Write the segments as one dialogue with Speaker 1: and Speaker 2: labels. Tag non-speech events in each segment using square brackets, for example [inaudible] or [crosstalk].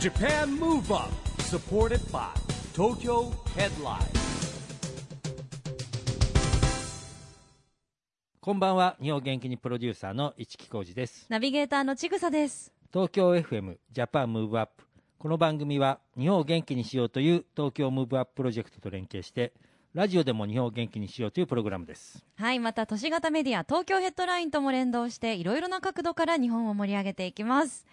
Speaker 1: Japan Move Up supported by Tokyo Headline
Speaker 2: こんばんは日本元気にプロデューサーの市木浩司です
Speaker 3: ナビゲーターのちぐさです。
Speaker 2: 東京 FM ジャパンムーブアップこの番組は日本を元気にしようという東京ムーブアッププロジェクトと連携してラジオでも日本を元気にしようというプログラムです
Speaker 3: はい、また都市型メディア東京ヘッドラインとも連動していろいろな角度から日本を盛り上げていきます。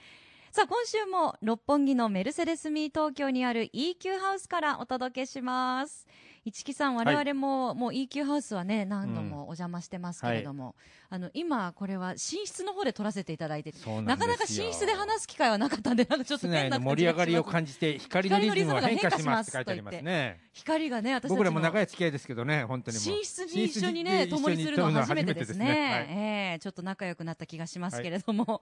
Speaker 3: さあ、今週も六本木のメルセデスミー東京にある EQ ハウスからお届けします。市木さん、我々も、もう EQ ハウスはね、何度もお邪魔してますけれども、あの、今、これは寝室の方で撮らせていただいてて
Speaker 2: そうな
Speaker 3: なん
Speaker 2: です
Speaker 3: か
Speaker 2: よ
Speaker 3: なか寝室で話す機会はなかったんで、なんかちょっと
Speaker 2: 室内
Speaker 3: 変な
Speaker 2: の
Speaker 3: 感じがします
Speaker 2: 盛り上がりを感じて光のリズムが変化しますって書いてありますね
Speaker 3: 光がね、私たちの
Speaker 2: 僕らも長い付き合いですけどね本当にもう
Speaker 3: 寝室に一緒に
Speaker 2: 寝
Speaker 3: ね、
Speaker 2: 室
Speaker 3: 共にするのは初めてですね。
Speaker 2: はい
Speaker 3: ええちょっと仲良くなった気がしますけれども。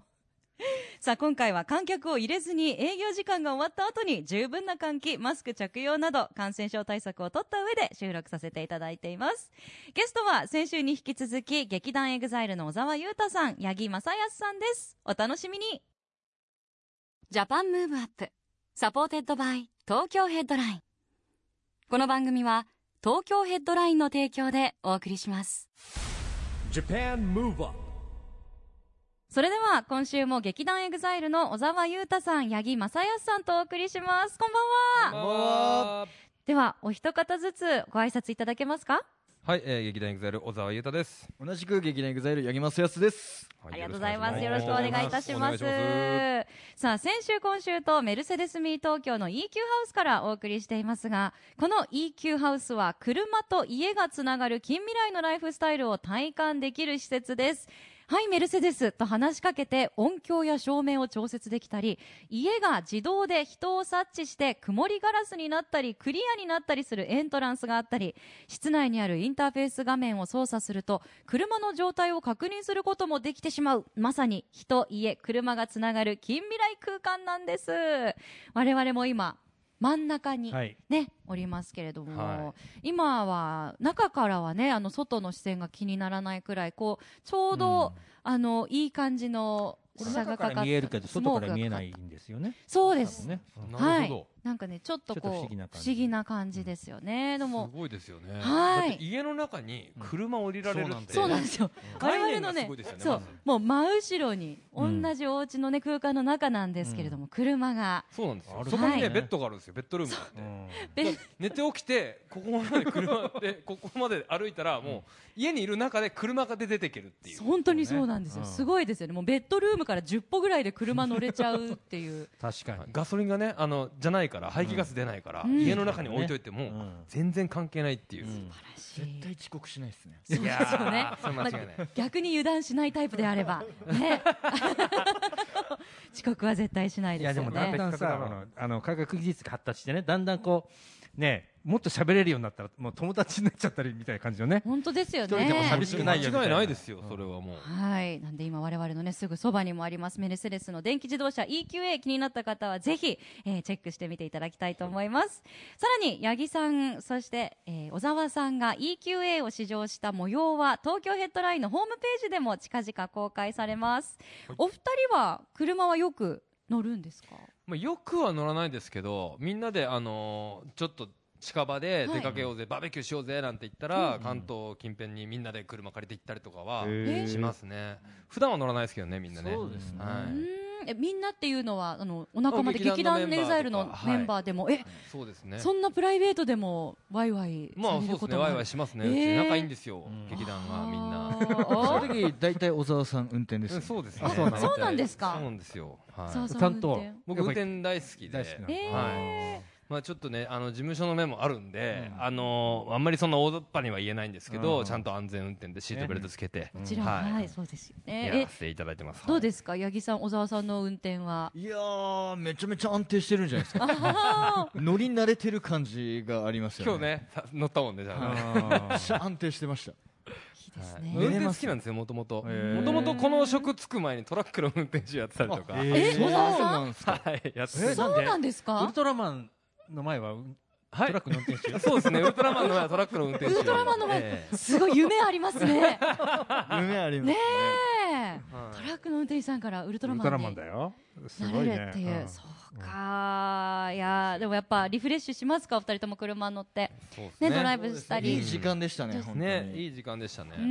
Speaker 3: [laughs] さあ、今回は観客を入れずに営業時間が終わった後に十分な換気、マスク着用など感染症対策を取った上で収録させていただいています。ゲストは先週に引き続き劇団エグザイルの小沢優太さん、八木正康さんです。お楽しみに
Speaker 4: ジャパンムーブアップサポーテッドバイ東京ヘッドラインこの番組は東京ヘッドラインの提供でお送りします
Speaker 1: Japan Move Up
Speaker 3: それでは今週も劇団エグザイルの小沢優太さん、八木正康さんとお送りします。こんばんは。
Speaker 5: は
Speaker 3: ではお一方ずつご挨拶いただけますか
Speaker 5: い、えー、劇団エグザイル小沢裕太です。
Speaker 6: 同じく劇団エグザイル八木正康です
Speaker 5: は
Speaker 3: ありがとうございますよ
Speaker 5: よ
Speaker 3: ろ
Speaker 5: ろ
Speaker 3: し
Speaker 5: し
Speaker 3: くお
Speaker 5: くお
Speaker 3: 願
Speaker 5: 願
Speaker 3: い
Speaker 5: い
Speaker 3: い
Speaker 5: い
Speaker 3: た
Speaker 5: た
Speaker 3: し
Speaker 5: し
Speaker 3: ま
Speaker 5: ますす
Speaker 3: さあ先週今週とメルセデスミー東京の EQ ハウスからお送りしていますがこの EQ ハウスは車と家がつながる近未来のライフスタイルを体感できる施設ですはい、メルセデスと話しかけて音響や照明を調節できたり、家が自動で人を察知して曇りガラスになったり、クリアになったりするエントランスがあったり、室内にあるインターフェース画面を操作すると、車の状態を確認することもできてしまう。まさに人、家、車がつながる近未来空間なんです。我々も今、真ん中に
Speaker 2: はい
Speaker 3: ね、おりますけれども、
Speaker 5: は
Speaker 3: 今は中からはねあの外の視線が気にならないくらいこうちょうど、あのいい感じの
Speaker 2: これ中から見えるけど
Speaker 3: スモ
Speaker 2: 外から
Speaker 3: ークが
Speaker 2: 見え
Speaker 3: かか
Speaker 2: な
Speaker 3: っ
Speaker 2: いんですよね
Speaker 3: そうです、
Speaker 2: ね
Speaker 5: なるほど。
Speaker 3: なんかねちょっとこう
Speaker 2: ちょっと不思
Speaker 3: 不
Speaker 2: 議な
Speaker 3: 思
Speaker 2: 感じ
Speaker 3: 議な感じですよね、でも
Speaker 5: すごいですよね。
Speaker 3: はい
Speaker 5: だって家の中に車降りられるって。
Speaker 3: そうなんですよ、我々の
Speaker 5: 概念がす
Speaker 3: ね
Speaker 5: ごいですよね
Speaker 3: そ
Speaker 5: ま
Speaker 3: う
Speaker 5: ず
Speaker 3: もう真後ろに
Speaker 2: うん
Speaker 3: 同じお家のね空間の中なんですけれども、車が
Speaker 5: そうなんですよ
Speaker 2: あ。る
Speaker 5: そこに
Speaker 3: は
Speaker 5: ね
Speaker 2: い
Speaker 5: ベッドがあるんですよ。ベッドルームがあって。
Speaker 3: ベッ
Speaker 5: 寝て起きてここまで車 [laughs] でここまで歩いたらもう家にいる中で車が出てけるってい
Speaker 3: [laughs]
Speaker 5: う。
Speaker 3: 本当にそうなんですよ、
Speaker 2: うん
Speaker 3: すごいですよねもうベッドルームから10歩ぐらいで車乗れちゃうっていう
Speaker 2: 確かに
Speaker 5: ガソリンがねあのじゃないから排気ガス出ないから、
Speaker 3: うん
Speaker 5: 家の中に置いといても、
Speaker 2: うん
Speaker 5: 全然関係ないっていう。
Speaker 2: うん
Speaker 3: 素晴らし
Speaker 6: 絶
Speaker 3: い
Speaker 6: 対遅刻しないですね
Speaker 3: そうですよね。
Speaker 5: それ間違いない
Speaker 3: まあ逆に油断しないタイプであれば、ね。 [laughs] 遅刻は絶対しない
Speaker 2: い
Speaker 3: で
Speaker 2: や
Speaker 3: す
Speaker 2: で
Speaker 3: よ
Speaker 2: も
Speaker 3: ね。
Speaker 2: だんだん
Speaker 5: せっ
Speaker 2: さ
Speaker 5: かくだ
Speaker 2: あ
Speaker 5: から
Speaker 2: のあの科学技術が発達してねだんだんこうねもっと喋れるようになったらもう友達になっちゃったりみたいな感じのね
Speaker 3: 本当ですよね。
Speaker 2: 一人でも寂しくないよみたいな
Speaker 5: 間違いないですよ。それはもう。
Speaker 3: はい。なんで今我々のね、すぐそばにもあります、メルセデスの電気自動車 EQA 気になった方はぜひ、えーチェックしてみていただきたいと思います。さらに、八木さん、そして、えー小沢さんが EQA を試乗した模様は東京ヘッドラインのホームページでも近々公開されます。お二人は車はよく乗るんですか
Speaker 5: まあ、よくは乗らないですけどみんなで、あのーちょっと近場で
Speaker 3: はい
Speaker 5: 出かけようぜ、バーベキューしようぜなんて言ったら、関東近辺にみんなで車借りて行ったりとかは
Speaker 3: ー
Speaker 5: しますね普段は乗らないですけどねみんなね
Speaker 6: そうですね
Speaker 5: は
Speaker 3: うー
Speaker 5: い
Speaker 3: んえみんなっていうのはあのお仲間で
Speaker 5: あ劇
Speaker 3: 劇団
Speaker 5: 団のメ
Speaker 3: エ
Speaker 5: ン
Speaker 3: グ
Speaker 5: バーとか
Speaker 3: ザイルのメンバーでも、え、
Speaker 5: そうですね
Speaker 3: そんなプライベートでもワイワイ
Speaker 5: ま
Speaker 3: さ
Speaker 5: あそう
Speaker 3: れる
Speaker 5: です
Speaker 3: こ
Speaker 5: ね
Speaker 3: ともあ
Speaker 5: ワ
Speaker 3: る
Speaker 5: イワイしますね、
Speaker 3: え
Speaker 5: う
Speaker 3: ー
Speaker 5: ち仲いいんですよ、劇団はみんな
Speaker 6: そ
Speaker 3: あ
Speaker 5: [laughs]
Speaker 6: の時大体小沢さん運転です
Speaker 5: うん
Speaker 6: よね
Speaker 5: そうですね
Speaker 2: あそうなんだ
Speaker 3: そうなんですか
Speaker 5: そうなんですよ、はい
Speaker 3: ーそうそう
Speaker 2: 担当
Speaker 3: 運転
Speaker 5: 僕運転大好きで
Speaker 2: 大好きなの
Speaker 3: えー
Speaker 5: はいまあ、ちょっとねあの事務所の面もあるんで、あのあんまりそんな大雑把には言えないんですけ
Speaker 2: う
Speaker 5: ど、
Speaker 2: ん
Speaker 5: ちゃんと安全運転でシートベルトつけて、
Speaker 3: こちらは、はい、そうですよ
Speaker 5: い、
Speaker 3: ね
Speaker 5: やら
Speaker 3: え
Speaker 5: せていただいてます
Speaker 3: どうですか八木さん小沢さんの運転はい
Speaker 6: やーめちゃめちゃ安定してるんじゃないですか乗り慣れてる感じがあります
Speaker 5: 今
Speaker 6: よ
Speaker 5: 日
Speaker 6: ね
Speaker 5: ねさ乗ったもんねじゃあね
Speaker 6: めっち [laughs] ゃ安定してました
Speaker 3: いいです
Speaker 5: はい
Speaker 3: ね、
Speaker 5: 運転好きなんですよもともと
Speaker 6: ー
Speaker 5: もともとこの職つく前にトラックの運転手やってたりとか、
Speaker 3: え小沢
Speaker 6: そう
Speaker 3: さん
Speaker 6: なんですか
Speaker 5: はいやって
Speaker 2: え
Speaker 5: た
Speaker 2: な
Speaker 3: そ
Speaker 2: ん
Speaker 3: う
Speaker 2: で
Speaker 3: なんです
Speaker 2: ウ
Speaker 3: か
Speaker 2: ルトラマンの前はうん
Speaker 5: はい
Speaker 2: トラックの運転手
Speaker 5: そうですねウルトラマンの前はトラックの運転手ウルトラマン
Speaker 3: すごい夢ありますね
Speaker 6: 夢ありますね
Speaker 3: ねえでトラックの運転手さんからウルトラ
Speaker 7: ウル
Speaker 3: マ
Speaker 7: トラマ
Speaker 3: ン
Speaker 7: ン
Speaker 3: に
Speaker 7: だよす
Speaker 3: な
Speaker 7: ごい
Speaker 3: れ
Speaker 7: ね
Speaker 3: るっていう、
Speaker 7: ん
Speaker 3: そうかいやーでもやっぱリフレッシュしますかお二人とも車乗ってねドライブしたり
Speaker 6: いい時間でしたね、
Speaker 3: うん
Speaker 6: 本当に
Speaker 5: ねいい時間でしたね
Speaker 3: うー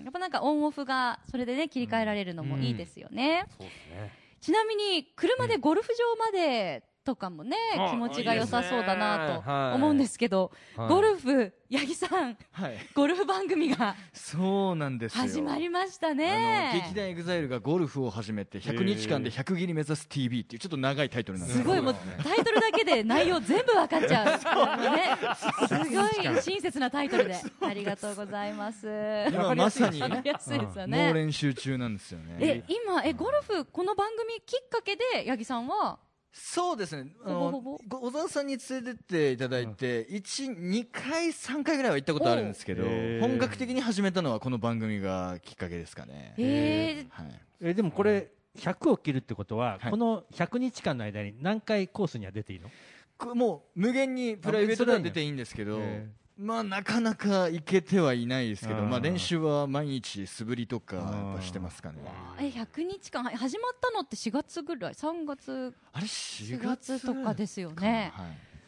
Speaker 3: んやっぱなんかオンオフがそれでね切り替えられるのもいいですよね、
Speaker 5: そうですね
Speaker 3: ちなみに車でゴルフ場までとかもね、
Speaker 5: あ
Speaker 3: 気持ちが良さそうだ
Speaker 5: いいですねは
Speaker 3: ないと思うんですけど、
Speaker 5: はい
Speaker 3: ゴルフ八木さん [laughs]
Speaker 6: はい。
Speaker 3: ゴルフ番組が
Speaker 6: そうなんですよ。
Speaker 3: 始まりました
Speaker 6: あの
Speaker 3: ね
Speaker 6: 劇団エグザイルがゴルフを始めて100日間で100切り目指す TV っていうちょっと長いタイトルなんです
Speaker 3: す
Speaker 6: け
Speaker 3: ご
Speaker 6: ど
Speaker 3: いもうタイトルだけで内容全部わかっちゃう、ね、すごい親切なタイトルでありがとうございます
Speaker 6: 今まさに
Speaker 3: わかりやすいですよ
Speaker 6: もう
Speaker 3: ね
Speaker 6: 練習中なんですよね
Speaker 3: え今えゴルフこの番組きっかけで八木さんは
Speaker 6: そうですねあ
Speaker 3: ほぼ
Speaker 6: の
Speaker 3: ほ
Speaker 6: ご小沢さんに連れてっていただいて12回3回ぐらいは行ったことあるんですけど
Speaker 2: おうへー
Speaker 6: 本格的に始めたのはこの番組がきっかけですかね
Speaker 3: えー
Speaker 6: はい
Speaker 2: えでもこれ100を切るってことは、
Speaker 6: はい
Speaker 2: この100日間の間に何回コースには出ていいの
Speaker 6: これもう無限にプライベートでは出ていいんですけど
Speaker 2: え
Speaker 6: まあなかなか行けてはいないですけ
Speaker 2: あ
Speaker 6: ど
Speaker 2: ー
Speaker 6: まあ練習は毎日素振りとか
Speaker 2: あー
Speaker 6: やっぱしてますかね
Speaker 3: え100日間はい始まったのって4月ぐらい3月
Speaker 6: あれ
Speaker 3: 4
Speaker 6: 4月
Speaker 3: 月とかですよね
Speaker 6: はい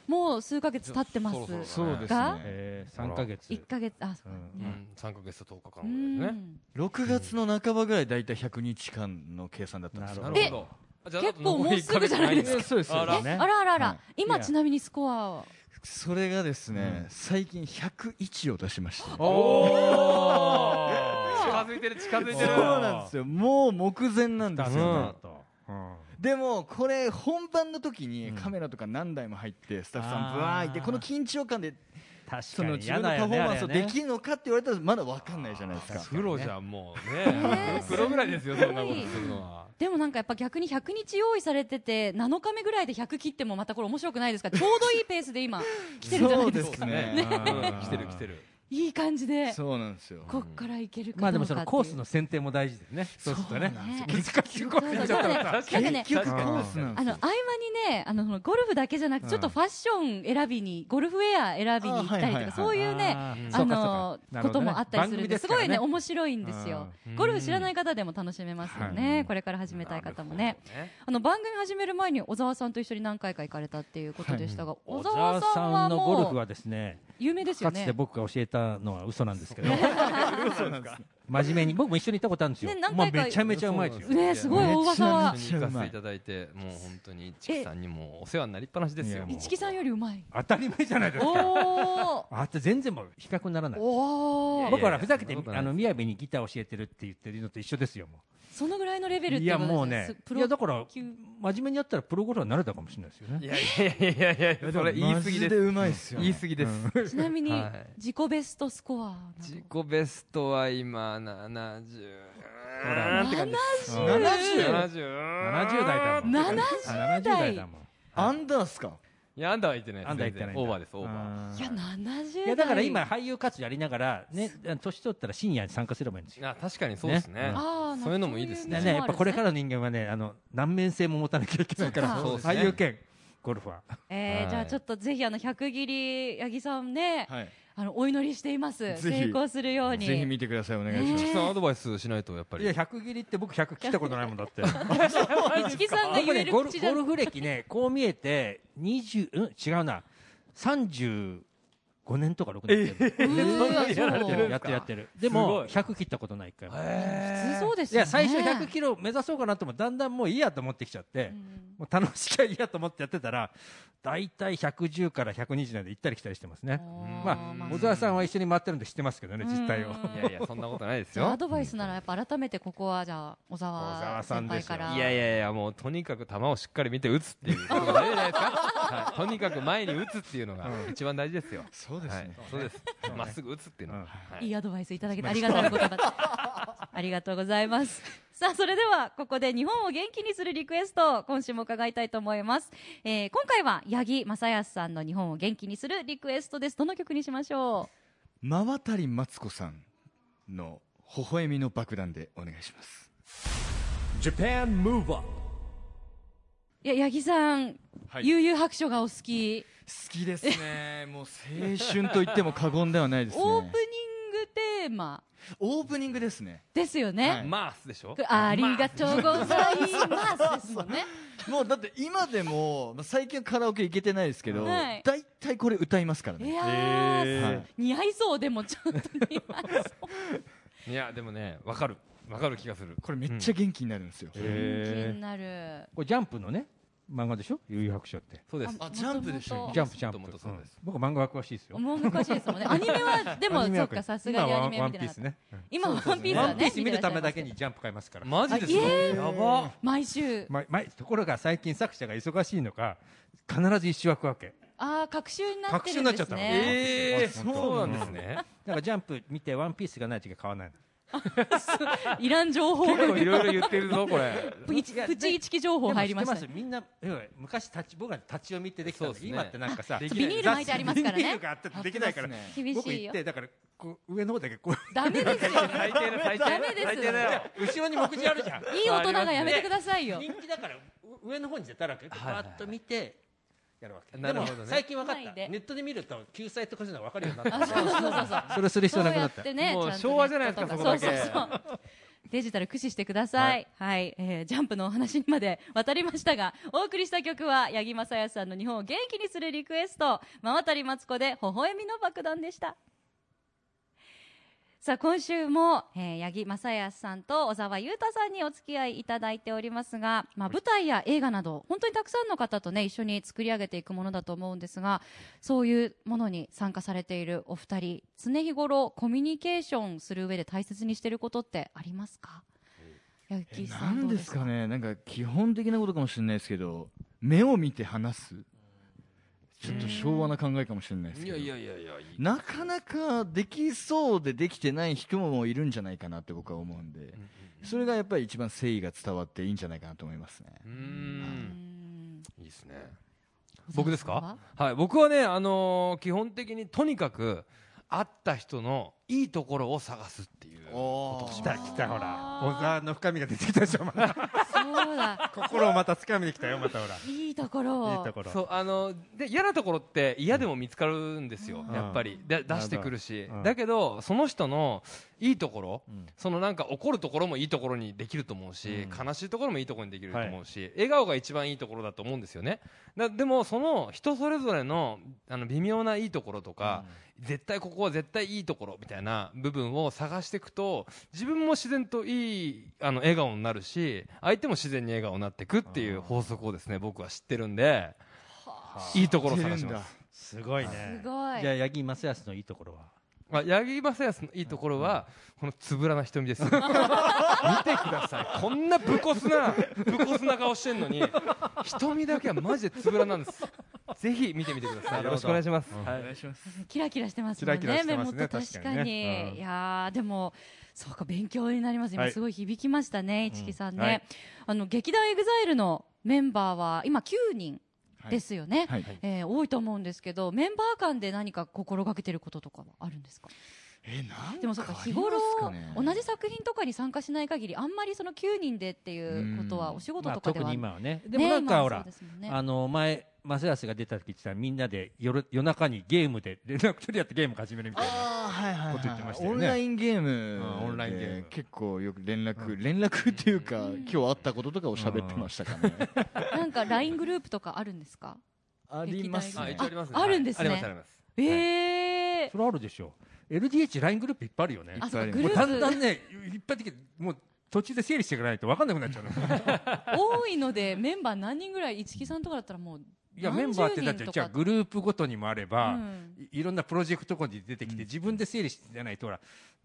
Speaker 3: もう数ヶ月経ってます
Speaker 5: そろそ
Speaker 6: そうです
Speaker 3: が
Speaker 6: ね
Speaker 2: えー、3ヶ月
Speaker 3: 1ヶ月あそう
Speaker 5: う
Speaker 3: ね
Speaker 5: ん3ヶ月と10日間
Speaker 3: う
Speaker 5: ぐらいですね
Speaker 3: ん
Speaker 6: 6月の半ばぐらいだいたい100日間の計算だったんですよ
Speaker 2: な
Speaker 5: な
Speaker 2: る
Speaker 5: るほどあじゃあ
Speaker 3: 結構もうすぐじゃないです
Speaker 5: かそうです
Speaker 2: よ
Speaker 5: あら
Speaker 3: えあらあらあら、
Speaker 6: はい
Speaker 3: 今
Speaker 2: いや
Speaker 3: ちなみにスコアは
Speaker 6: それがですね、
Speaker 2: うん
Speaker 6: 最近101を出しまして
Speaker 5: おお [laughs] 近づいてる近づいて
Speaker 6: そう
Speaker 5: る
Speaker 6: なんですよもう目前なんですよ、ね
Speaker 5: うん
Speaker 2: と、
Speaker 6: でもこれ本番の時に
Speaker 2: うん
Speaker 6: カメラとか何台も入ってスタッフ
Speaker 2: あ
Speaker 6: さ
Speaker 2: ー
Speaker 6: んぶわーいてこの緊張感で
Speaker 2: 確
Speaker 6: そ
Speaker 2: か
Speaker 6: の
Speaker 2: に
Speaker 6: 自
Speaker 2: 嫌
Speaker 6: 分の
Speaker 2: だよ
Speaker 6: パフ
Speaker 2: ね
Speaker 6: ォーマンスを
Speaker 2: あれ
Speaker 6: で
Speaker 2: はね
Speaker 6: きるのかって言われたらまだ分かんないじゃないですか
Speaker 5: プロじゃんもうねプロぐらいですよそんなことするのは
Speaker 3: でもなんかやっぱ逆に100日用意されてて7日目ぐらいで100切ってもまたこれ面白くないですかちょうどいいペースで今来てるんじゃないですか
Speaker 6: そうですね
Speaker 5: うん [laughs] 来てる来てる
Speaker 3: いい感じで
Speaker 6: そうなんですよ
Speaker 3: こっからいけるかどうか
Speaker 2: まあでもそ
Speaker 3: っ
Speaker 2: の
Speaker 3: ていう
Speaker 2: コースの選定も大事ですねそうするとね
Speaker 3: ね
Speaker 2: 結果休校 [laughs] になっちゃったらさ
Speaker 5: 確かに
Speaker 3: なんかね
Speaker 6: 結局コースなん
Speaker 3: あ
Speaker 6: です
Speaker 3: の
Speaker 6: よ
Speaker 3: 合間にねあのそのゴルフだけじゃなくてちょっとファッション選びにゴルフウェア選びに行ったりとか
Speaker 6: あ
Speaker 3: そういうね
Speaker 2: あー
Speaker 3: あ
Speaker 2: そうかそう
Speaker 3: の
Speaker 2: かなるほ
Speaker 3: こと
Speaker 2: どね
Speaker 3: もあったりする
Speaker 2: 番
Speaker 3: んで
Speaker 2: 組
Speaker 3: す
Speaker 2: か
Speaker 3: ご
Speaker 2: ら
Speaker 3: いね面白いんですよ
Speaker 5: うん
Speaker 3: ゴルフ知らない方でも楽しめますよねこれから始めたい方もねあの番組始める前に小沢さんと一緒に何回か行かれたっていうことでしたが、小
Speaker 2: 小
Speaker 3: 沢
Speaker 2: 沢
Speaker 3: さんは
Speaker 2: さんのゴルフ
Speaker 3: もう
Speaker 2: はですね
Speaker 3: 有名ですよ
Speaker 2: かつ
Speaker 3: ね
Speaker 2: て。僕が教えたのは嘘なんですけ
Speaker 3: [laughs]
Speaker 2: ど
Speaker 6: そうなんです
Speaker 2: 真面目に僕も一緒に行ったことあるんですよ
Speaker 3: ね何
Speaker 2: もう
Speaker 3: 回か
Speaker 2: めちゃめちゃうまいですよ
Speaker 3: ねすごい大技は
Speaker 6: めちゃめち
Speaker 5: 一
Speaker 6: ゃ
Speaker 5: 緒に行かせていただいてもう本当に一木さんにもお世話になりっぱなしです
Speaker 6: い
Speaker 5: よ
Speaker 6: や
Speaker 5: もう
Speaker 3: 一木さんより
Speaker 2: [laughs]
Speaker 3: うまい。
Speaker 2: 当たり前じゃないです
Speaker 3: お
Speaker 2: か
Speaker 3: ー
Speaker 2: あって全然もう比較にならない
Speaker 3: おー
Speaker 5: いやいや
Speaker 2: 僕はほらふざけて
Speaker 5: そんなことない
Speaker 2: あの宮部にギター教えてるって言ってるのと一緒ですよも
Speaker 3: そのぐらいのレベ
Speaker 2: う
Speaker 3: ルって
Speaker 2: い
Speaker 3: い
Speaker 2: や
Speaker 3: うことです
Speaker 2: もうね
Speaker 3: すプ
Speaker 2: い
Speaker 3: ロ
Speaker 2: やだから
Speaker 3: 級
Speaker 2: 真面目にやったらプロゴルファーになれたかもしれないですよね
Speaker 5: いやいやいやいやいやそれ言い過ぎ
Speaker 6: マジ
Speaker 5: で
Speaker 6: ですうまいっすよ
Speaker 5: 言い過ぎです
Speaker 3: ちなみに
Speaker 5: はい
Speaker 3: 自己ベストスコアなど
Speaker 5: 自己ベストは今70
Speaker 2: ほら
Speaker 5: うーんって感じ70
Speaker 6: 70
Speaker 2: 70代だもん
Speaker 3: 70代
Speaker 2: だもん
Speaker 6: アンダーっすか
Speaker 5: いやアンダーは行ってないです
Speaker 2: アンダー行ってないんだ
Speaker 5: 全然オーバーですオーバー
Speaker 6: あ
Speaker 3: いや70代。
Speaker 2: いやだから今俳優活動やりながらね年取ったら深夜に参加すればいいんですよ
Speaker 5: あ確かにそうです
Speaker 2: ね
Speaker 5: ね
Speaker 3: あー。
Speaker 5: そういうのもいいです
Speaker 2: ね
Speaker 5: ね
Speaker 2: ねやっぱこれかららの人間はねあの難面性も持たなきゃいけないから
Speaker 5: そうか
Speaker 2: 俳優兼ゴルファー
Speaker 3: え
Speaker 5: は
Speaker 3: ー
Speaker 5: い
Speaker 3: じゃあちょっとぜひあの百切り八木さんね
Speaker 6: はい
Speaker 3: あのお祈りしています。
Speaker 6: ぜひ
Speaker 3: 成功するように。
Speaker 6: ぜひ見てくださいお願いします
Speaker 5: 一木さんアドバイスしないとやっぱ
Speaker 2: い
Speaker 5: り
Speaker 2: や100切りって僕100切ったことないもんだって
Speaker 3: 一木さんが
Speaker 2: 僕
Speaker 3: 言え
Speaker 2: ね
Speaker 3: る
Speaker 2: ゴル
Speaker 3: 口じゃ
Speaker 2: ゴルフ歴ねこう見えて20うん違うな35年とか6年やってる
Speaker 3: うーわそう
Speaker 2: やってるやってるやってるでも
Speaker 5: す
Speaker 2: 100切ったことない一回も
Speaker 3: 普通そうです
Speaker 2: いや
Speaker 3: よね。
Speaker 2: 最初100キロ目指そうかなと思ってだんだんもういいやと思ってきちゃって、もう楽しきゃいいやと思ってやってたら大体110から120なんで行ったり来たりしてますねまあ小沢さんは一緒に回ってるんで知ってますけどね実態を
Speaker 3: うん
Speaker 5: いやいやそんなことないです
Speaker 3: じゃあア
Speaker 5: よ
Speaker 3: ドバイスならやっぱ改めてここはじゃあ小
Speaker 2: 小沢
Speaker 3: 沢
Speaker 2: さ
Speaker 3: 先
Speaker 2: ん
Speaker 3: 輩
Speaker 2: ですよ
Speaker 3: から
Speaker 5: いやいやいやもうとにかく球をしっかり見て打つっていうことが大事じゃないですかはいとにかく前に打つっていうのが一番大事ですよ
Speaker 6: そうです
Speaker 5: はい
Speaker 6: ね
Speaker 5: そうですまっすぐ打つっていうの
Speaker 2: うん
Speaker 5: はい
Speaker 3: いアドバイスいただけてありがたいことだありがとうございますさあそれではここで日本を元気にするリクエストを今週も伺いたいと思います、えー今回は八木正康さんの日本を元気にするリクエストですどの曲にしましょ
Speaker 6: 馬渡りマツコさんの微笑みの爆弾でお願いします
Speaker 1: Japan Move Up
Speaker 3: ういや八木さん、
Speaker 6: はい
Speaker 3: 悠々白書がお好き、
Speaker 6: [laughs] 好きですねもう青春と言っても過言ではないですね
Speaker 3: オープニングテーマ
Speaker 6: オープニングですね
Speaker 3: ですよね。
Speaker 6: はい
Speaker 5: マースでしょ
Speaker 3: くありがとうございますですもんね。
Speaker 6: もうだって今でもまあ最近はカラオケ行けてないですけど
Speaker 3: はい
Speaker 6: 大体、たいこれ歌いますから
Speaker 3: い
Speaker 6: ね
Speaker 3: やー、
Speaker 6: はい
Speaker 3: 似合いそうでもちょっと似合いそう。
Speaker 5: いやでもねわかるわかる気がする
Speaker 6: これめっちゃ元気になるんですよ、
Speaker 3: 気に
Speaker 2: え
Speaker 3: なる。
Speaker 2: これジャンプのね漫画でしょ幽遊白書って
Speaker 5: そうです
Speaker 6: あジャンプでしたよね
Speaker 2: ジャンプジャンプ
Speaker 5: もともとそうです
Speaker 2: うん僕漫画は詳しいですよ
Speaker 3: もう昔ですもんね。アニメはでも
Speaker 2: [laughs] アニメ
Speaker 3: そ
Speaker 2: は
Speaker 3: っかさすがにアニメ見てなかった。今ワ
Speaker 2: 今は
Speaker 3: ンピースは
Speaker 2: ワンピースねワンピ
Speaker 3: ね
Speaker 2: ース見るためだけにジャンプ買いますから
Speaker 5: マジですか
Speaker 3: あい
Speaker 5: やば
Speaker 3: 毎週
Speaker 2: ままところが最近作者が忙しいのか必ず一周空くわけ
Speaker 3: ああ隔週になっ
Speaker 2: 隔
Speaker 3: て
Speaker 2: 週
Speaker 3: る
Speaker 2: に
Speaker 3: ん
Speaker 2: なっち
Speaker 3: で
Speaker 2: ゃっ
Speaker 3: す
Speaker 2: たの
Speaker 3: ね。
Speaker 5: えー、
Speaker 2: 本当
Speaker 5: そうなんですね
Speaker 2: だからジャンプ見てワンピースがない時は買わない
Speaker 3: いらん情報
Speaker 5: 結構いろいろ言ってるぞこれ
Speaker 3: プチプチ一記情報入りました
Speaker 2: でも知って
Speaker 3: ね。
Speaker 2: すみんな要は昔立ち僕が立ち読みってできたんだけど
Speaker 5: そうですね
Speaker 2: 今ってなんかさ
Speaker 5: ビ
Speaker 3: ニール巻いてありますからね
Speaker 2: ビニールがあってできないから
Speaker 6: あります
Speaker 3: 厳
Speaker 2: 僕
Speaker 3: しい
Speaker 2: 行
Speaker 3: よ
Speaker 2: っ。てだからこう上の方だけこう
Speaker 3: ダメですよ。
Speaker 5: 最低だ最低
Speaker 3: ダメです
Speaker 5: 最低だよ
Speaker 2: 後ろに目次ある
Speaker 3: [laughs]
Speaker 2: じゃん
Speaker 3: いい大人がやめてくださいよ。
Speaker 2: 人気だからう上の方に絶対あるわけ
Speaker 5: はいはい
Speaker 2: バーッと見てやるわけ
Speaker 5: なるほどね
Speaker 2: でも最近分かった
Speaker 3: 見ない
Speaker 2: ネ
Speaker 3: で
Speaker 2: ットで見ると救済とかそういうのが分かるようにな
Speaker 3: あ
Speaker 2: っ
Speaker 3: そうそうそうそう。
Speaker 2: た [laughs] それする必要
Speaker 3: そう
Speaker 2: なく
Speaker 3: や
Speaker 2: な
Speaker 3: っ
Speaker 2: った
Speaker 3: てね、ちゃん
Speaker 5: もう
Speaker 3: とね
Speaker 5: 昭和じゃないですか
Speaker 3: と
Speaker 5: そこだけ
Speaker 3: そうそうそうデジタル駆使してください。はい、えージャンプのお話にまで渡りましたが、お送りした曲は、八木正也さんの日本を元気にするリクエスト、真渡りマツコで、微笑みの爆弾でした。さあ、今週も、えー、八木正也さんと小沢優太さんにお付き合いいただいておりますが、まあ、舞台や映画など、本当にたくさんの方とね、一緒に作り上げていくものだと思うんですが、そういうものに参加されているお二人、常日頃コミュニケーションする上で大切にしていることってありますか八木さ
Speaker 6: なん
Speaker 3: ど
Speaker 6: ん
Speaker 3: う
Speaker 6: で
Speaker 3: ですすか
Speaker 6: かねなんか基本的なことかもしれないですけど目を見て話すちょっと昭和な考えかもしれないです
Speaker 5: い
Speaker 6: け
Speaker 5: や
Speaker 6: ど
Speaker 5: いやいやいやいい
Speaker 6: なかなかできそうでできてない人もいるんじゃないかなって僕は思うんで
Speaker 5: うん
Speaker 6: それがやっぱり一番誠意が伝わっていいんじゃないかなと思いますね
Speaker 5: う
Speaker 3: うんん
Speaker 5: いいですね僕です
Speaker 3: 小沢
Speaker 5: かはい僕はねあのー基本的にとにかく会った人のいいところを探すっていう
Speaker 6: お
Speaker 2: 来
Speaker 6: ー
Speaker 2: た来たほら小沢の深みが出てきたでしょ
Speaker 3: [laughs]
Speaker 2: また
Speaker 3: さんはそう
Speaker 5: [laughs]
Speaker 3: だ、
Speaker 2: 心をまた掴みに来たよまたほらい
Speaker 3: いいところを。
Speaker 2: いところ
Speaker 5: そうあので嫌なところって嫌でも見つかるんですよ、
Speaker 2: うん
Speaker 5: やっぱりで出してくるし、
Speaker 2: うん
Speaker 5: だけどその人のいいところ、
Speaker 6: うん
Speaker 5: そのなんか怒るところもいいところにできると思うし、
Speaker 6: うん
Speaker 5: 悲しいところもいいところにできると思うし、笑顔が一番いいところだと思うんですよねだでもその人それぞれのあの微妙ないいところとか、絶対ここは絶対いいところみたいな部分を探していくと自分も自然といいあの笑顔になるし相手も自然に笑顔になっていくっていう法則をですね僕は知ってるんでいいところを探します
Speaker 2: すごい
Speaker 3: す
Speaker 2: ね
Speaker 3: ごい
Speaker 2: じゃあ八木正康のいいところは
Speaker 5: まあ、八木正康のいいところは、このつぶらな瞳ですよ [laughs] 見てくださいこんな武骨な武骨な顔してんのに瞳だけはマジでつぶらなんですぜひ見てみてくださいよろしくお願いします、はい
Speaker 3: キラキラしてますもんね
Speaker 2: キラキラしてますね
Speaker 3: 目元確
Speaker 2: 確
Speaker 3: か
Speaker 2: か
Speaker 3: に
Speaker 2: にねうん
Speaker 3: いやーでもそうか勉強になります今
Speaker 2: はい
Speaker 3: すごい響きましたね、市木さんね、
Speaker 2: はい
Speaker 3: あの劇団エグザイルのメンバーは今9人ですよね、
Speaker 6: はい
Speaker 3: えー多いと思うんですけどメンバー間で何か心がけてることとかはあるんですか
Speaker 6: えなん
Speaker 3: でもそうか
Speaker 6: あ
Speaker 3: 日
Speaker 6: ります
Speaker 3: 頃
Speaker 6: かね
Speaker 3: 同じ作品とかに参加しない限りあんまりその9人でっていうことは
Speaker 6: うん
Speaker 3: お仕事
Speaker 2: まあ
Speaker 3: とかで
Speaker 2: 特
Speaker 3: は、
Speaker 2: に今はねでもなんかほ
Speaker 3: まあそう
Speaker 2: ら
Speaker 3: ですもんね
Speaker 2: あの前、正康が出た時ってさみんなで夜夜中にゲームで連絡取り合ってゲーム始めるみたいな、
Speaker 6: あーはいはい
Speaker 2: こと言ってました
Speaker 6: オ
Speaker 2: よね
Speaker 6: ンラインゲーム
Speaker 2: うんオンラインゲーム
Speaker 6: で結構よく連絡、連絡っていうか、今日会ったこととかを喋ってましたかね、
Speaker 3: なんか LINE グループとかあるんで
Speaker 2: [laughs]
Speaker 3: すか
Speaker 6: あります
Speaker 5: あ
Speaker 6: ね
Speaker 5: 一応あります
Speaker 3: ああるんですね
Speaker 5: はいありますあります
Speaker 3: えー、
Speaker 2: それあるでしょ、LDH、LINE グループいっぱいあるよね、
Speaker 3: あそうか
Speaker 6: いっぱいありま
Speaker 2: もうだん
Speaker 3: グルー
Speaker 6: す
Speaker 2: だん
Speaker 3: プ
Speaker 2: ね、いっぱいできて、もう途中で整理していかないと分かんなくなっちゃうの、
Speaker 3: 多いので [laughs] メンバー何人ぐらい一木さんとかだったらもう
Speaker 2: いやメンバーってだっ
Speaker 3: 何
Speaker 2: て、
Speaker 3: 十人とか
Speaker 2: じゃあグループごとにもあれば、
Speaker 3: うん
Speaker 2: いいろんなプロジェクトごとに出てきて、自分で整理してじゃないと、ほら、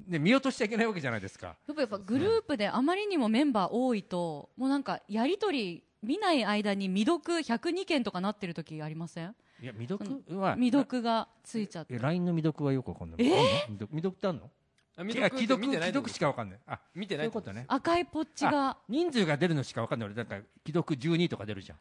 Speaker 2: ね、見落としちゃいけないわけじゃないですか。
Speaker 3: やっぱやっぱグループであまりにもメンバー多いともうなんかやりとり見ない間に未読102件とかなってる時ありません
Speaker 2: いや未読は
Speaker 3: 未読がついちゃって
Speaker 2: え LINE の未読はよくわかんない、
Speaker 3: えー
Speaker 2: 未読未読ってあるの
Speaker 5: あ
Speaker 2: い
Speaker 5: 未
Speaker 2: や
Speaker 5: 読
Speaker 2: 既
Speaker 5: って
Speaker 2: 読
Speaker 5: 見て
Speaker 2: 既
Speaker 5: ないって
Speaker 2: 読
Speaker 5: こと
Speaker 2: しかわかんないあ
Speaker 5: 見て
Speaker 2: そ
Speaker 5: な
Speaker 2: うい
Speaker 5: いう
Speaker 2: ことね
Speaker 3: 赤いポッチが
Speaker 2: あ人数が出るのしかわかんない俺なんか既読12とか出るじゃん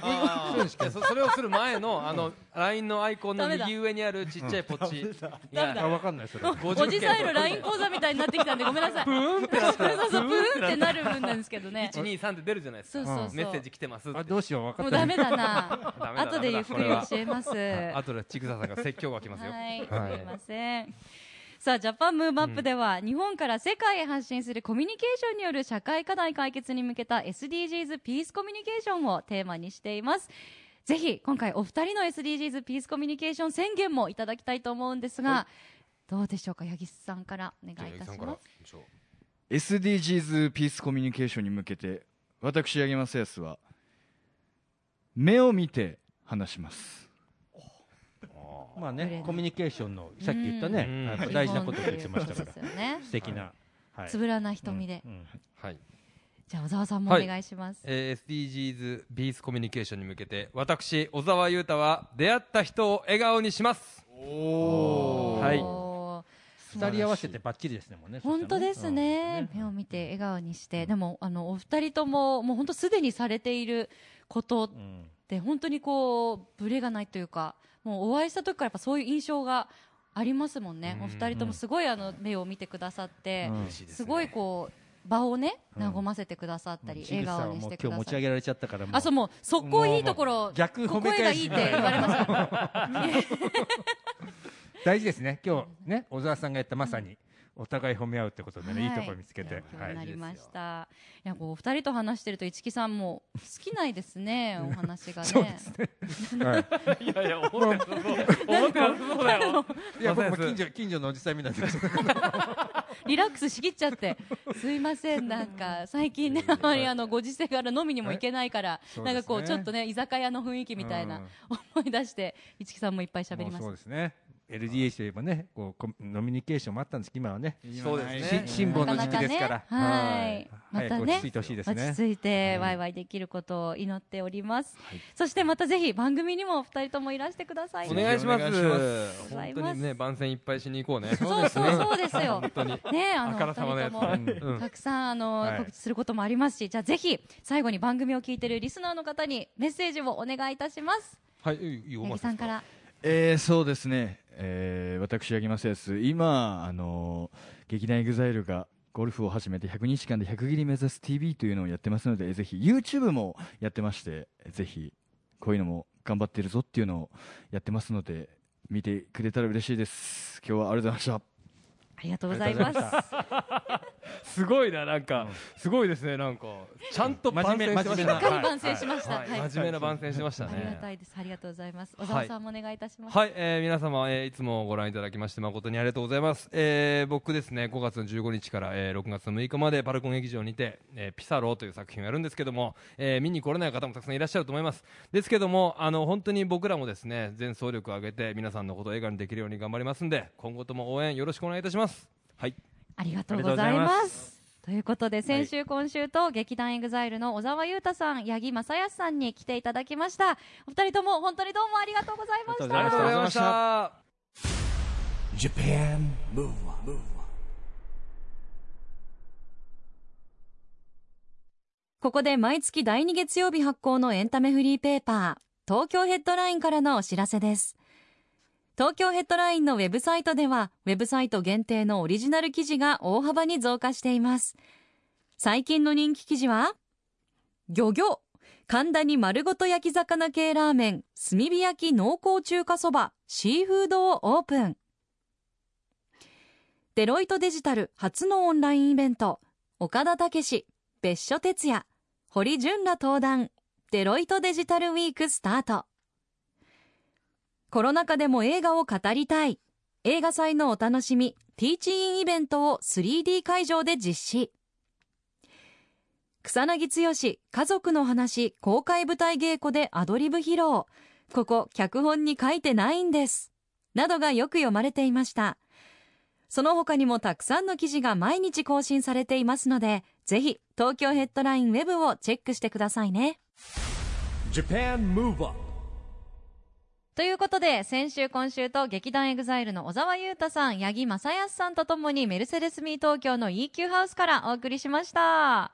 Speaker 5: あーいやそそれをする前のあの LINE のアイコンの
Speaker 3: ダメだ
Speaker 5: 右上にあるちっちゃいポチいや
Speaker 2: あわかんないそ
Speaker 3: [laughs]
Speaker 2: れ
Speaker 5: 50
Speaker 3: おじさんへの LINE 講座みたいになってきたんでごめんなさいプーンってなそうそうそうプーンってなる分なんですけどね
Speaker 5: 123って出るじゃないで
Speaker 3: そ
Speaker 5: すか
Speaker 3: うそうそう
Speaker 5: メッセージ来てますって
Speaker 2: あどうしよう分かっ
Speaker 3: もう
Speaker 2: た
Speaker 3: ダメだな
Speaker 5: ダメだ
Speaker 3: 後でゆっ
Speaker 5: ダ
Speaker 3: く
Speaker 5: メ
Speaker 3: り
Speaker 5: だこ
Speaker 3: 教
Speaker 5: れは
Speaker 3: えます
Speaker 5: あとでちぐささんが説教が来ますよ
Speaker 3: はい、す
Speaker 5: はい
Speaker 3: いません。さあ、ジャパンムーブアップでは、日本から世界へ発信するコミュニケーションによる社会課題解決に向けた SDGs ピースコミュニケーションをテーマにしています。ぜひ、今回お二人の SDGs ピースコミュニケーション宣言もいただきたいと思うんですが、どうでしょうか、八木さんからお願いいたします。
Speaker 6: SDGs ピースコミュニケーションに向けて私八木正康は目を見て話します
Speaker 2: まあね、コミュニケーションの、さっき言ったね
Speaker 5: うん、
Speaker 2: あの大事なことを言ってました
Speaker 3: そう
Speaker 2: か
Speaker 3: です
Speaker 2: ら、
Speaker 3: よね。
Speaker 2: 素敵な。はい
Speaker 3: つぶらな瞳で。
Speaker 2: うんうん
Speaker 5: はい
Speaker 3: じゃあ、小沢さんもお願いします。
Speaker 5: えー SDGs ビースコミュニケーションに向けて私小沢裕太は出会った人を笑顔にしますはい
Speaker 3: おー
Speaker 2: 二人合わせてバッチリですね、もうね。
Speaker 3: 本当ですね、
Speaker 2: うん
Speaker 3: 目を見て笑顔にして、でもあのお二人とももう本当すでにされていることっ
Speaker 2: うん
Speaker 3: て本当にこうブレがないというかもうお会いした時からやっぱそういう印象がありますもんね、
Speaker 5: うん
Speaker 3: お二人ともすごいあの目を見てくださって、
Speaker 2: うん
Speaker 5: しい
Speaker 3: すごいこう場をね
Speaker 2: うん
Speaker 3: 和ませてくださったり、
Speaker 2: ちぐ
Speaker 3: 笑
Speaker 2: さは
Speaker 3: 顔に
Speaker 2: も
Speaker 3: し
Speaker 2: う
Speaker 3: てく
Speaker 2: 今日
Speaker 3: だ
Speaker 2: 持
Speaker 3: さ
Speaker 2: ち上
Speaker 3: っ
Speaker 2: げ
Speaker 3: て
Speaker 2: られちゃったから、もう
Speaker 3: あそうもう速攻いいところ
Speaker 2: 逆褒め
Speaker 3: 声が
Speaker 2: 返
Speaker 3: いい
Speaker 2: し
Speaker 3: って言われました
Speaker 2: 大事ですね、今日ね、小沢さんが言ったまさに、お互い褒め合うってことでね、いいところ見つけ
Speaker 3: い
Speaker 2: て
Speaker 3: や。今日なりました、い、やこうお二人と話してると一木さんも好きないですねお話がね
Speaker 2: そうです
Speaker 3: [laughs]
Speaker 2: ね。はい
Speaker 5: いやいや思ってなさそう思ってなさそうだよ
Speaker 2: いや、僕も近所、近所のおじさんみたいな。
Speaker 3: リラックスしきっちゃってすいませんなんか最近ねあまりあのご時世から飲みにも行けないから、
Speaker 2: そうですね
Speaker 3: なんかこうちょっとね居酒屋の雰囲気みたいな、思い出して一木さんもいっぱい喋り
Speaker 2: も
Speaker 3: ま
Speaker 2: うそう
Speaker 3: す
Speaker 2: ですね。LDH といえばね、こうコミノミニケーションもあったんですけど、今はね、
Speaker 5: そうですね
Speaker 2: し辛抱の時期ですから
Speaker 3: な、かなかねはい
Speaker 2: はい
Speaker 3: またね
Speaker 2: 早く落ち着いてほしいです
Speaker 3: 落
Speaker 2: ね。
Speaker 3: ち着いてワイワイできることを祈っております、
Speaker 6: はい
Speaker 3: そしてまたぜひ番組にもお二人ともいらしてください
Speaker 5: お願いしま
Speaker 6: お願い
Speaker 5: す
Speaker 6: しま
Speaker 5: 本当にね番宣いっぱいしに行こう [laughs] ね
Speaker 3: そうそうそうですよ。ねあの
Speaker 5: あからさまな
Speaker 3: 二
Speaker 5: や
Speaker 3: 人と
Speaker 5: つね
Speaker 3: も
Speaker 5: うん
Speaker 3: たくさんあの
Speaker 2: はい
Speaker 3: 告知することもありますし、じゃあぜひ最後に番組を聞いてるリスナーの方にメッセージをお願いいたします。
Speaker 5: はいいいよ
Speaker 3: 八木さんから。
Speaker 6: えー、そうですね、えー、私八木正康今あのー劇団 EXILE がゴルフを始めて100日間で100切り目指す TV というのをやってますのでぜひ YouTube もやってましてぜひこういうのも頑張ってるぞっていうのをやってますので見てくれたら嬉しいです今日はありがとうございました
Speaker 3: ありがとうございます。
Speaker 5: すごいななんかすごいですねなんかちゃんと番宣してま
Speaker 2: 真
Speaker 5: し
Speaker 2: 面目な
Speaker 5: た
Speaker 3: しっか
Speaker 5: ね
Speaker 3: り番宣しました。はい。
Speaker 5: 真面目な番宣してました
Speaker 3: ありが
Speaker 5: ね
Speaker 3: たいです。ありがとうございます。小沢さんもお願いいたします。
Speaker 5: はい、えー皆様、えーいつもご覧いただきまして誠にありがとうございます、えー僕ですね5月の15日から、えー6月の6日までパルコン劇場にて、えーピサロという作品をやるんですけども、えー見に来れない方もたくさんいらっしゃると思いますですけどもあの本当に僕らもですね全総力を挙げて皆さんのことを笑顔にできるように頑張りますんで今後とも応援よろしくお願いいたしますはい
Speaker 3: ありがとうござい
Speaker 5: ありがとうござ
Speaker 3: ま。
Speaker 5: います
Speaker 3: ということで、先週、今週と劇団 EXILE の小沢優太さん、八木正康さんに来ていただきました。お二人とも本当にどうもありがとうございまし
Speaker 5: あり
Speaker 3: た
Speaker 5: が。とうございました
Speaker 1: Japan Move Up,
Speaker 4: ここで毎月第2月曜日発行のエンタメフリーペーパー、東京ヘッドラインからのお知らせです。東京ヘッドラインのウェブサイトでは、ウェブサイト限定のオリジナル記事が大幅に増加しています。最近の人気記事は、漁業神田に丸ごと焼き魚系ラーメン、炭火焼き濃厚中華そば、シーフードをオープン。デロイトデジタル初のオンラインイベント、岡田武史、別所哲也、堀潤ら登壇、デロイトデジタルウィークスタート。コロナ禍でも映画を語りたい。映画祭のお楽しみ、ティーチインイベントを 3D 会場で実施。草薙剛、家族の話、公開舞台稽古でアドリブ披露。ここ、脚本に書いてないんです。などがよく読まれていました。その他にもたくさんの記事が毎日更新されていますので、ぜひ東京ヘッドラインウェブをチェックしてくださいね。
Speaker 1: Japan Move Up,
Speaker 3: ということで、先週、今週と劇団 EXILE の小沢優太さん、八木正康さんとともにメルセデスミー東京の EQ ハウスからお送りしました。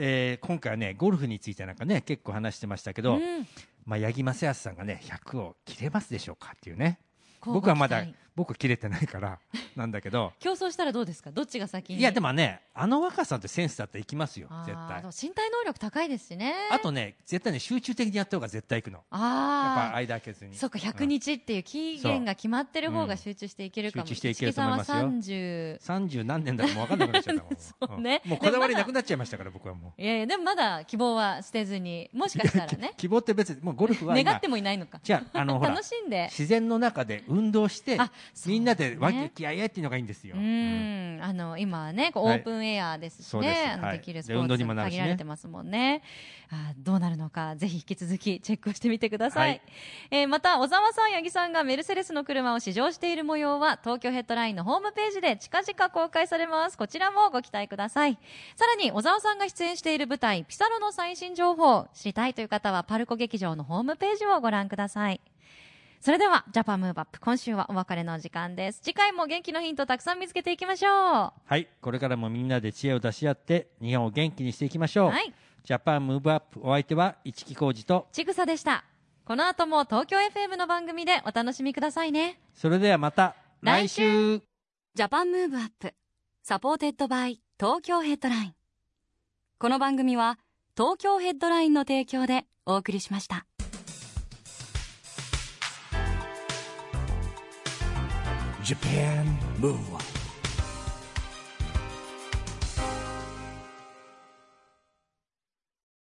Speaker 2: えー今回はね、ゴルフについてなんかね、結構話してましたけど、
Speaker 3: うん
Speaker 2: まあ、八木正康さんがね、100を切れますでしょうかっていうね。
Speaker 3: 乞うご
Speaker 2: 僕
Speaker 3: 期待
Speaker 2: はまだ、僕切れてないから [laughs] なんだけ
Speaker 3: [laughs]
Speaker 2: ど
Speaker 3: 競争したらどうですかどっちが先に
Speaker 2: いやで
Speaker 3: も
Speaker 2: もねあの若さってセンスだっていきますよ絶対
Speaker 3: 身体能力高いですしね
Speaker 2: あとね絶対ね集中的にやった方が絶対いくのやっぱ
Speaker 3: ああ
Speaker 2: 間空けずに
Speaker 3: そうか100日っていう期限が決まってる方が集中していけるかも、
Speaker 2: 集中していけると思いますよ
Speaker 3: 一木さんは30
Speaker 2: 30何年だかもう分かんなくなっちゃった
Speaker 3: [laughs]
Speaker 2: もん
Speaker 3: うね
Speaker 2: んもうこだわりなくなっちゃいましたから僕はもう
Speaker 3: いやいやでもまだ希望は捨てずにもしかしたらね
Speaker 2: 希望って別 [laughs] にもうゴルフは今
Speaker 3: 願ってもいないのか
Speaker 2: じゃああのほら
Speaker 3: [laughs] 楽しんで
Speaker 2: 自然の中で運動して
Speaker 3: あそう
Speaker 2: み
Speaker 3: ね
Speaker 2: んなでわききあいあいっていうのがいいんですよ
Speaker 3: う。ん、あの今はねこうオ
Speaker 2: はい
Speaker 3: ープンエアですし
Speaker 2: そうです
Speaker 3: ね、あの
Speaker 2: はい
Speaker 3: できるス
Speaker 2: で
Speaker 3: ポ
Speaker 2: 運動
Speaker 3: ーツ
Speaker 2: にも
Speaker 3: も
Speaker 2: なるし
Speaker 3: 限
Speaker 2: ね
Speaker 3: られてますもんねあーどうなるのかぜひ引き続きチェックをしてみてください、
Speaker 2: はい
Speaker 3: えーまた小沢さん八木さんがメルセデスの車を試乗している模様は東京ヘッドラインのホームページで近々公開されますこちらもご期待くださいさらに小沢さんが出演している舞台ピサロの最新情報を知りたいという方はパルコ劇場のホームページをご覧くださいそれではジャパンムーブアップ今週はお別れの時間です次回も元気のヒントたくさん見つけていきましょうは
Speaker 2: はい、これからもみんなで知恵を出し合って日本を元気にしていきましょう。
Speaker 3: い
Speaker 2: ジャパンムーブアップお相手は市木浩二と
Speaker 3: ちぐさでしたこの後も東京 FM の番組でお楽しみくださいね
Speaker 2: それではまた
Speaker 3: 来
Speaker 2: 来
Speaker 3: 週
Speaker 2: 週
Speaker 4: ジャパンムーブアップサポーテッドバイ東京ヘッドラインこの番組は東京ヘッドラインの提供でお送りしました
Speaker 1: Japan Move Up